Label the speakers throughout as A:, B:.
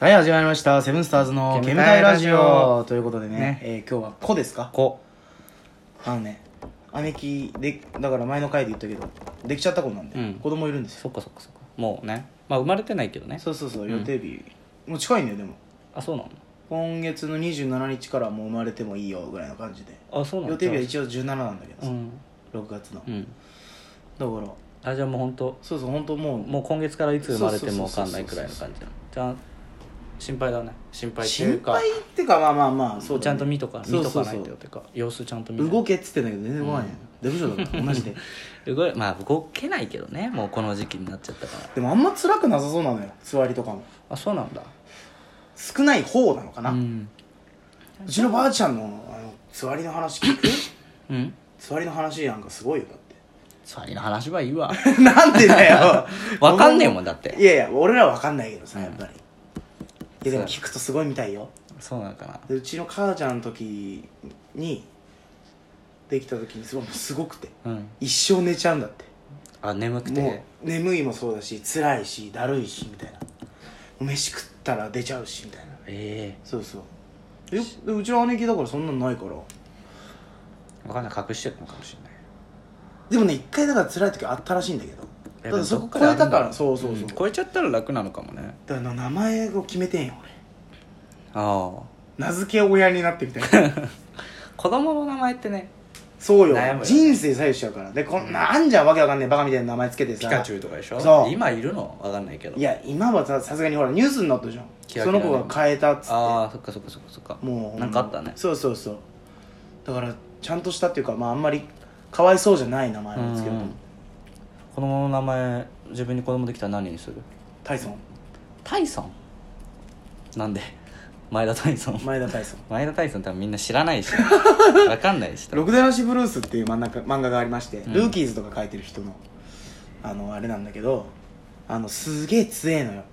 A: はい始まりました「セブンスターズの煙たいラジオ」ということでね
B: ね
A: えー今日は「子」ですか
B: こ
A: あのね姉貴でだから前の回で言ったけどできちゃった子なんで、
B: うん
A: 子供いるんですよ
B: そっかそっかそっかもうねまあ生まれてないけどね
A: そうそうそう
B: うん
A: 予定日、もう近いんだよでも
B: あそうな
A: 今月の27日からもう生まれてもいいよぐらいの感じで
B: のあそうなの
A: 予定日は一応17なんだけど
B: う
A: さ、
B: ん
A: 6月の、
B: うん
A: だから
B: あじゃあもう本当
A: そうそう本当もう
B: もう今月からいつ生まれても分かんないくらいの
A: そう
B: 感じだじゃあ心配だね心配ってい
A: 心
B: うか
A: 配っていうかまあまあまあそうだね、
B: ちゃんと見とか見
A: そう
B: と
A: そ
B: か
A: う
B: な
A: そう
B: いとっていうか様子ちゃんと見ない
A: 動けっつってんだけど全然動かないの、大丈夫だから同じで
B: 動いまあ動けないけどねもうこの時期になっちゃったから
A: でもあんま辛くなさそうなのよ座りとかも
B: あそうなんだ
A: 少ない方なのかな、
B: う
A: うんちのばあちゃんのあの座りの話聞 く
B: うん
A: 座りの話なんかすごいよだっ
B: 座りの話はい いわ
A: てなんでだ よ
B: わかんねえもんだって
A: いやいや俺らはわかんないけどさやっぱり、いやでも
B: そ
A: 聞
B: う
A: くとすごいみたいよ
B: そうなのかな
A: でうちの母ちゃんの時にできた時にすごいすごくて
B: うん
A: 一生寝ちゃうんだって
B: あ眠く
A: も
B: て
A: う眠いもそうだし辛いしだるいしみたいなもう飯食ったら出ちゃうしみたいな
B: え
A: そうそうえでうちの姉貴だからそんなのないから
B: えわかんない隠してるのかもしれない
A: でもね一回だから辛い時あったらしいんだけど
B: え
A: ただそ
B: ど
A: こ
B: こ
A: 超え
B: であ
A: た
B: るんだ
A: か
B: ろ
A: らそうそうそう、
B: ん
A: だ
B: 超えちゃったら楽なのかもね
A: からな名前を決めてんよ俺
B: あ
A: 名付け親になってみたいな
B: あ子供の名前ってね
A: そうよ
B: 悩むよ
A: 人生左右しちゃうからでこんなあんじゃんわけわかんねえバカみたいな名前つけてさ
B: ピカチュウとかでしょ
A: そう
B: 今いるのわかんないけど
A: いや今はささすがにほらニュースになったじゃん
B: キラ
A: そ
B: キラね
A: の子が変えたっつって
B: ああそっかそっかそっかそっか
A: もう
B: なんかあったね
A: そうそうそうだからちゃんとしたっていうかまああんまりかわいそうじゃない名前なんですけど、
B: うんうん子供の名前自分に子供できたら何にする
A: タイソン
B: タイソンなんで 前田タイソン
A: 前田タイソン
B: 前田タイソン多分みんな知ら ないしわかんないし
A: 「六代なしブルース」っていう漫画漫画がありまして、
B: ん
A: ルーキーズとか書いてる人のあのあれなんだけどあのすげえ強えのよ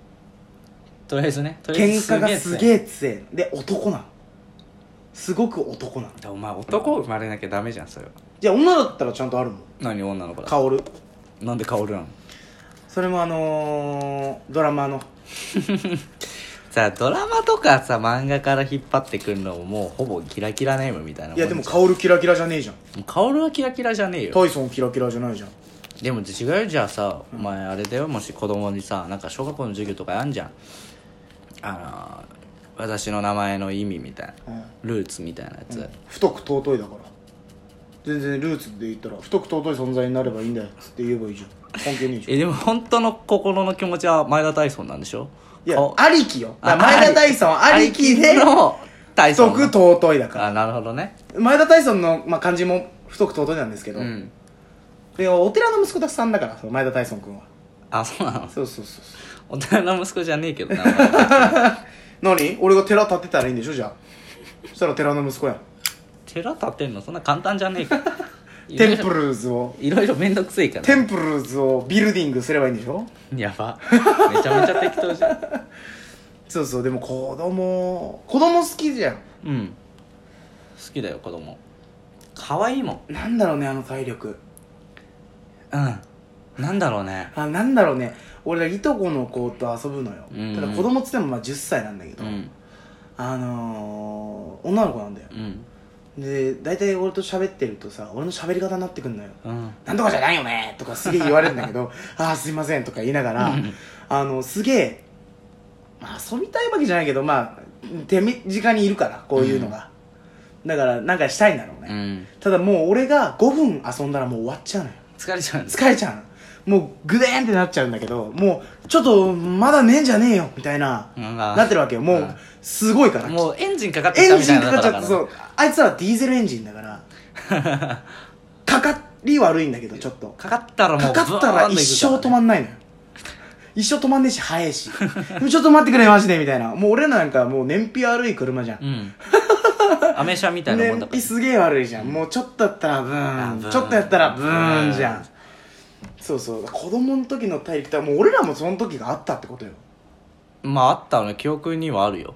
B: とりあえずねとりあえ
A: 喧
B: ず
A: 嘩がすげ
B: え
A: え強えので男なのすごく男なの
B: お前男生まれなきゃダメじゃんそれは
A: じゃあ女だったらちゃんとあるもん
B: 何女の子だ
A: 薫
B: なんで薫なの
A: それもあのー、ドラマの
B: さあドラマとかさ漫画から引っ張ってくるのももうほぼキラキラネームみたいなもん
A: いやでも
B: じ
A: 薫キラキラじゃねえじゃん
B: ゃん薫はキラキラじゃねえよ
A: タイソンキラキラじゃないじゃん
B: でも違うよじゃあさお前あれだよもし子供にさなんか小学校の授業とかやんじゃんあのー私の名前の意味みたいな、
A: うん
B: ルーツみたいなやつ、
A: 太く尊いだから全然ルーツで言ったら太く尊い存在になればいいんだよって言えばいいじゃん関係ねえじゃん
B: えでも本当の心の気持ちは前田大尊なんでしょ
A: いや
B: 顔
A: ありきよだ
B: あ
A: から前田大尊はありきで
B: の大
A: 太
B: 尊
A: く尊いだか
B: あなるほどね
A: ら前田大尊の、まあ、漢字も太く尊いなんですけど、
B: うん
A: でお寺の息子たくさんだからその前田大尊君は
B: あそうなの
A: そうそうそうそう
B: 大人の息子じゃねえけどなお前
A: 何俺が寺建てたらいいんでしょじゃあそしたら寺の息子やん
B: 寺建てんのそんな簡単じゃね えか
A: テンプルーズを
B: いろいろめんどくせえから
A: テンプルーズをビルディングすればいいんでしょ
B: やばめちゃめちゃ適当じゃん
A: そうそうでも子供子供好きじゃん
B: うん好きだよ子供可愛いもん
A: なんだろうねあの体力
B: うんなんだろうね
A: あなんだろうね俺らいとこの子と遊ぶのよ、
B: うん
A: ただ子供っつってもまあ10歳なんだけど、
B: うん
A: あのー、女の子なんだよ
B: うん
A: で大体俺と喋ってるとさ俺の喋り方になってくんのよ
B: うん
A: 「なんとかじゃないよね」とかすげえ言われるんだけ ど「ああすいません」とか言いながらあのすげえ、まあ、遊びたいわけじゃないけどまあ手短にいるからこういうのが、だからなんかしたいんだろうね、
B: うん
A: ただもう俺が5分遊んだらもう終わっちゃうのよ
B: 疲れちゃうんです
A: 疲れちゃうもうグデーンってなっちゃうんだけどもうちょっとまだねえんじゃねえよみたいな、な
B: な
A: ってるわけよも
B: う
A: うんすごいから
B: もうエンジンかかってき
A: エ
B: た
A: ン
B: み
A: ジ
B: たい
A: ン
B: な
A: かかっちゃ
B: だ
A: って
B: ら
A: そうあいつらはディーゼルエンジンだからかかり悪いんだけどちょっと
B: かかったらも
A: か
B: う
A: かったら一生止ま
B: ん
A: ん ないのよ一生止まんねえし早いしちょっと待ってくれマジでみたいなもう俺らなんかもう燃費悪い車じゃん
B: うんアメ車みたいなもん
A: 燃
B: だから
A: 費すげえ悪いじゃん、もうちょっとやったらブー
B: あ
A: ン
B: ブーン
A: ちょっとやったらブーンじゃ
B: うん
A: んそうそう子供の時の体力ってもう俺らもその時があったって ことよ
B: まああったね記憶にはあるよ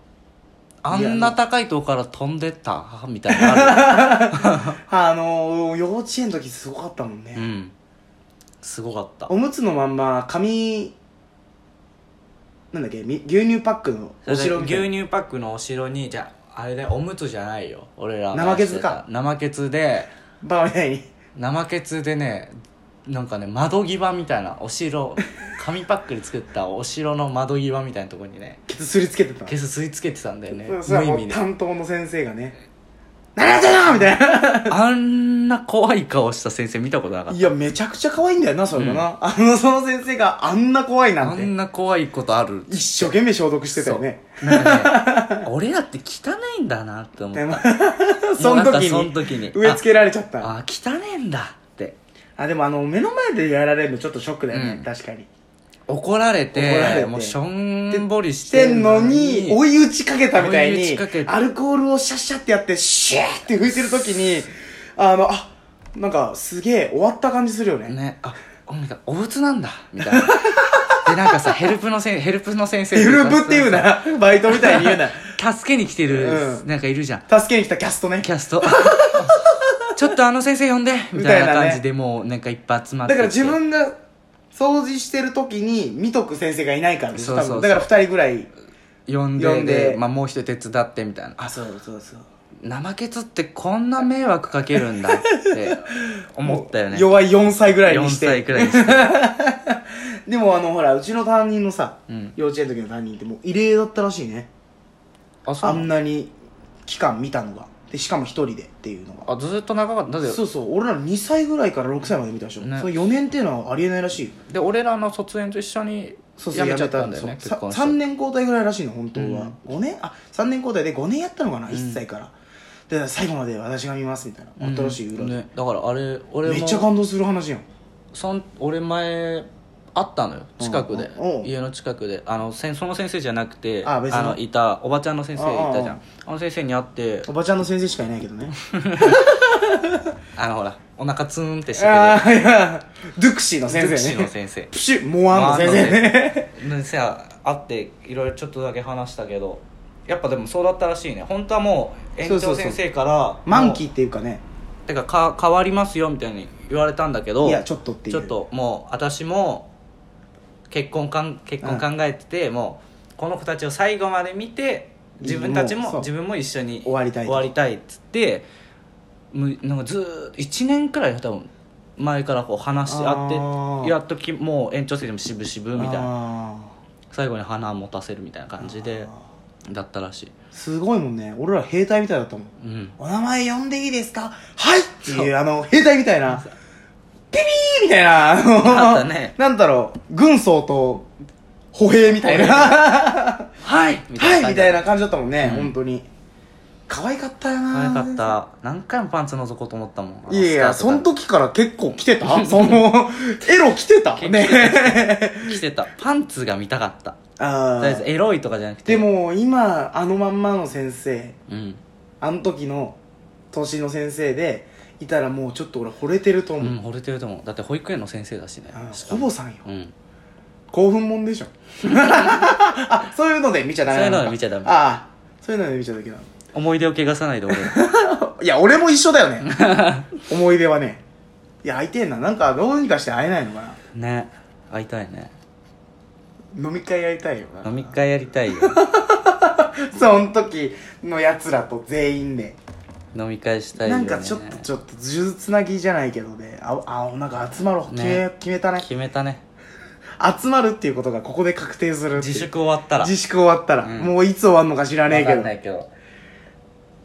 B: あんな高いとこから飛んでったみたいなのある よ
A: あのー、幼稚園の時すごかったもん
B: う
A: ね、
B: んすごかった
A: おむつのまんま髪なんだっけみ牛乳パックのお
B: それで
A: 城みたい
B: 牛
A: な
B: 乳パックのお城にじゃああれでおむつじゃないよ俺ら
A: 生ケツか
B: 生ケツで
A: バーみたいに
B: 生ケツでねなんかね窓際みたいな お城紙パックで作ったお城の窓際みたいなところにね
A: ケツすりつけてたの
B: ケツ吸い付けてたんだよね
A: そ
B: 無
A: うそれは
B: 意
A: も
B: 味
A: う
B: で
A: 担当の先生がね「何やってんの!」みたい な
B: あんな怖い顔した先生見たことなか
A: い
B: った
A: やめちゃくちゃ可愛いんだよなそれがな、あのその先生があんな怖いな
B: あ
A: んて
B: んな怖いことある
A: 一生懸命消毒してたよね
B: そうなんかね俺らって汚いんだなって思っ
A: で
B: た
A: も その
B: もうな
A: 時
B: んか
A: に
B: その時に
A: 植え付けられちゃったあ
B: あ汚えんだって
A: でもあの目の前でやられるのちょっとショックだよね、
B: うん
A: 確かに
B: 怒られて
A: 怒られて
B: もうしょんぼりし
A: して
B: て
A: んのに追い打ちかけたみたい
B: 追い打
A: に
B: ちかけて
A: アルコールをシャッシャってやってシューって拭いてる時にあのあなんかすげえ終わった感じするよね
B: ねあおみお仏なんだみたいな でなんかさヘルプのせんヘルプの先生
A: ヘルプっていうなバイトみたいに言う な
B: 助けに来てる、
A: うん
B: なんかいるじゃん
A: 助けに来たキャストね
B: キャスト ちょっとあの先生呼んでみたいな感じでもうなんかいっぱい集まっ
A: だ
B: て
A: から
B: きて
A: 自分が掃除してる時に見とく先生がいないからでしょ
B: そうそうそう
A: 多分だから2人ぐらい
B: 呼ん
A: 呼
B: で
A: んで
B: で、まあ、もう一人手伝ってみたいなあ
A: そうそうそう
B: 生ケツってこんな迷惑かけるんだって思ったよね
A: 弱い4歳ぐらいに
B: 4
A: して
B: 歳くらいにして、
A: でもあのほらうちの担任のさ、
B: うん
A: 幼稚園の時の担任ってもう異例だったらしいね
B: あそ
A: あ
B: うん
A: なに期間見たのがでしかも一人でっていうのが
B: あずっと長かっただって
A: そうそう俺ら2歳ぐらいから6歳まで見たでしょ、
B: ね
A: その4年っていうのはありえないらしいよ
B: で俺らの卒園と一緒に
A: そう
B: 辞
A: そう
B: めちゃったんだよね
A: そう
B: 結婚し
A: さ
B: た
A: 3年交代ぐらいらしいの本当
B: う
A: は
B: ん、
A: 五年あ三3年交代で5年やったのかな、1歳からで最後まで私が見ますみたいな新しい裏で、
B: ね、だからあれ俺も
A: めっちゃ感動する話やん
B: そん俺前会ったのよ近くで、
A: うんうん
B: 家の近くであのせんその先生じゃなくて
A: あ別の
B: のいたおばちゃんの先生いたじ
A: う
B: ゃ
A: ん
B: あの先生に会って
A: おばちゃんの先生しかいないけどね
B: あのほらお腹ツーンってして
A: ああいやドゥクシーの
B: る
A: 先
B: ドゥクシ
A: 生
B: ーの
A: ね
B: 先生
A: プシュモアンの先生 ね
B: でさ会っていろいろちょっとだけ話したけどやっぱでもそうだったらしいね本当はもう園
A: そうそ
B: 長
A: うそう
B: 先生から
A: 満期
B: も
A: っていうかね
B: うてかか変わりますよみたいに言われたんだけど
A: いやちょっとっていう
B: ちょっともう私も結婚かん結婚考えてて、もうこの子たちを最後まで見て自分たち
A: もう
B: も
A: そう
B: 自分も一緒に
A: 終わりたいと
B: 終わりたいっつってむなんかずーっと1年くらい多分前からこう話し
A: あ
B: 合っ
A: ー
B: てやっときもう園長先生も渋々みたいな
A: な
B: 最後に花持たせるみたいな感じでだったらしい
A: すごいもんね俺ら兵隊みたいだったもん
B: うん
A: お名前呼んでいいですかはいっていう、あの、兵隊みたいな、ピピーみたいな、あの
B: あったね
A: なんだろう、軍曹と歩兵みたいな、は
B: はい
A: いみたいな
B: 感
A: 感じだったもんね、
B: うん
A: 本当に。可愛かったよ
B: じ
A: な
B: 可愛かった何回もパンツ覗こうと思ったもんあの
A: いやいや、
B: ス
A: そ
B: カー
A: の
B: ト
A: 時から結構来て たその、エロ来てたね。
B: から着てたパンツが見たかった
A: あ
B: とりあえず
A: ー
B: エロいとかじゃなくて
A: でも、今、あのまんまの先生、
B: うん
A: あの時の、年の先生で、いたらもうちょっと俺惚れてると
B: う
A: 思う。
B: ん惚れてると思うだって保育園の先生だしね
A: あ
B: し
A: ー
B: か
A: ほ
B: も
A: ぼさんよ。
B: うん
A: 興奮もんでしょあそういうので見ちゃダメな
B: そう
A: の
B: いうので見ちゃダメ
A: ああそういうので見ちゃダメなの
B: 思い出を汚さない で俺
A: いや俺も一緒だよ ね思い出はねいや会いてえななんかどうにかして会えないのかな
B: ね会いたいね
A: 飲み会やりたいよな
B: 飲み会やりたい よ
A: その時のやつらと全員で、
B: 飲み会したいよ
A: なん
B: ね
A: かちょっとちょっと数珠つなぎじゃないけどねああなんか集まろう、決め
B: ね
A: 決めたね
B: 決めたね
A: 集まるっていうことがここで確定するっていう
B: 自粛終わったら
A: 自粛終わったら、
B: うん
A: もういつ終わんのか知らねえけ
B: わかん
A: ど
B: ないけど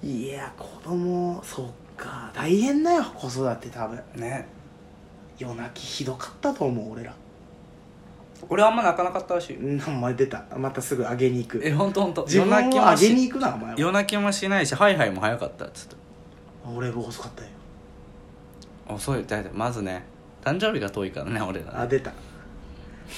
A: いや子供そっか大変だよ子育て多分
B: ね
A: 夜泣きひどかったと思う俺ら
B: 俺はあんま泣かなかったらしい
A: うんお前出たまたすぐ上げに行
B: え
A: く
B: 本当本当
A: 自分
B: 夜泣き
A: を
B: も
A: 上げ
B: し
A: に行くなお前は
B: 夜泣きもしないしハイハイも早かったっつって
A: 俺も遅かったよ
B: 遅いだいたいまずね誕生日が遠いからね俺
A: あ
B: らね
A: 出た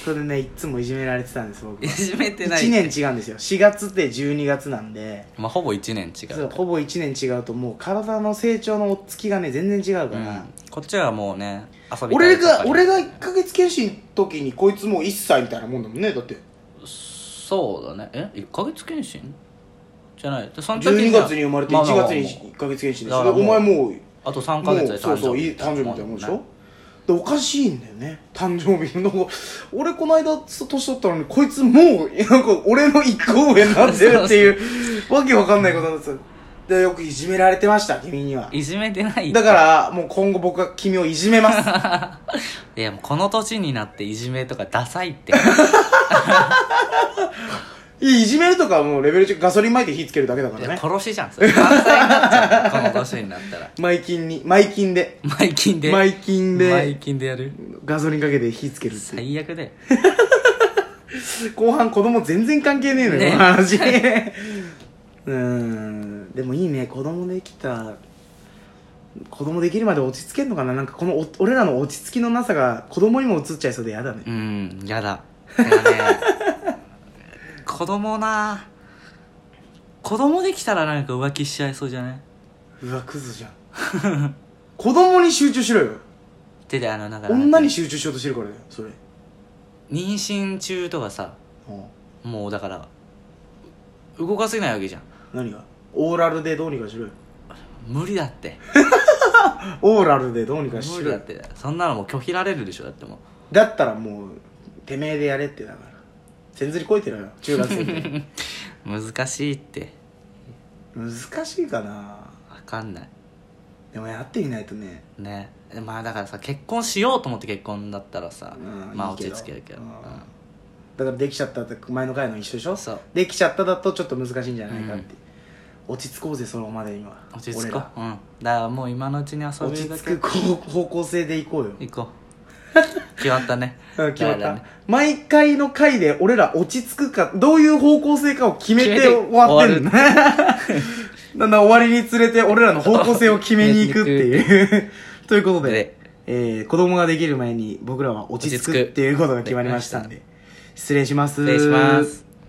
A: それでねいっつもいじめられてたんです僕
B: いじめてない
A: 1年違うんですよ4月って12月なんで
B: まあほぼ1年違
A: そう
B: う
A: ほぼ1年違うともう体の成長の追っつきがね全然違う
B: う
A: か
B: ん
A: ら、
B: こっちはもうね遊びた
A: 俺
B: いとか
A: が俺が1ヶ月検診の時にこいつもう1歳みたいなもんだもんねだって
B: そうだねえ一1か月検診じゃないでその時
A: 12
B: は
A: 月に生まれて
B: あ
A: 1
B: ああ
A: 月に1ヶ月検診でし
B: だ
A: ょ
B: から
A: お
B: もう
A: 前もう
B: あと3か月で
A: もうそうそういい
B: 誕
A: 誕
B: 生
A: 生日み
B: 日
A: たいなもんでしょ、
B: ね
A: でおかしいんだよね誕生日の俺この間年取ったのにこいつもうなんか俺の一個上になってるって いうわけわかんないことなんですよでよくいじめられてました君にはい
B: じめてない
A: だからもう今後僕は君をいじめます
B: いやもうこの年になっていじめとかダサいって
A: いやいじめるとかはもうレベル中ガソリン撒いて火つけるだけだか
B: い
A: ら
B: や
A: ね
B: 殺しじゃんそれ犯罪になっ ちゃうこの年になったら
A: マイキンにマイキンで
B: マイキンで
A: マイキン
B: マイ
A: で
B: キンでやる
A: ガソリンかけて火つけるって
B: 最悪で
A: 後半子供全然関係ねえのよ、
B: ね
A: この 話うんでもいいね子供できた子供できるまで落ち着けんのかななんかこのお俺らの落ち着きのなさが子供にも移っちゃいそうで嫌だね
B: うんやだだからね 子供な子供できたらなんか浮気しちゃいそうじゃないう
A: わクズじゃん 子供に集中しろよ
B: てであのだから
A: 女に集中しようとしてるからだよそれ、
B: 妊娠中とかさ
A: うん
B: もうだから動かせないわけじゃん
A: 何がオーラルでどうにかしろよ
B: 無理だって
A: オーラルでどうにかし
B: 無
A: ろ
B: 理だ
A: よ
B: ってそんなのもう拒否られるでしょだってもう
A: だったらもうてめえでやれってだから千ずりこいてろよ中学生 で
B: 難しいって
A: 難しいかな
B: わかんない
A: でもやってみないとね、
B: ねまあだからさ結婚しようと思って結婚だったらさ、
A: うん
B: まあ
A: いいけ
B: 落
A: ど
B: ち着けるけど、
A: うん
B: う
A: だからできちゃったって前の回の一緒でしょ
B: ん、そう
A: できちゃっただとちょっと難しいんじゃないかって、落ち着こうぜそのまでには
B: 落ち着
A: 俺
B: こ
A: ら
B: ううんだからもう今のうちに遊
A: 落
B: び
A: ち
B: るだ
A: 着
B: け
A: く方方向性でいこうよ
B: 行こう決まったね
A: うん決まっ
B: だから
A: た
B: ね
A: 毎回の回で俺ら落ち着くかどういう方向性かを決め
B: 決め
A: て
B: て
A: 終わってんの だんだん終わりにつれて俺らの方向性を決めに行くっていう ということで
B: で
A: えー、子供ができる前に僕らは落ち着
B: 落ち
A: く
B: 着く
A: っていうことが決まりましたんで失礼します
B: 失礼します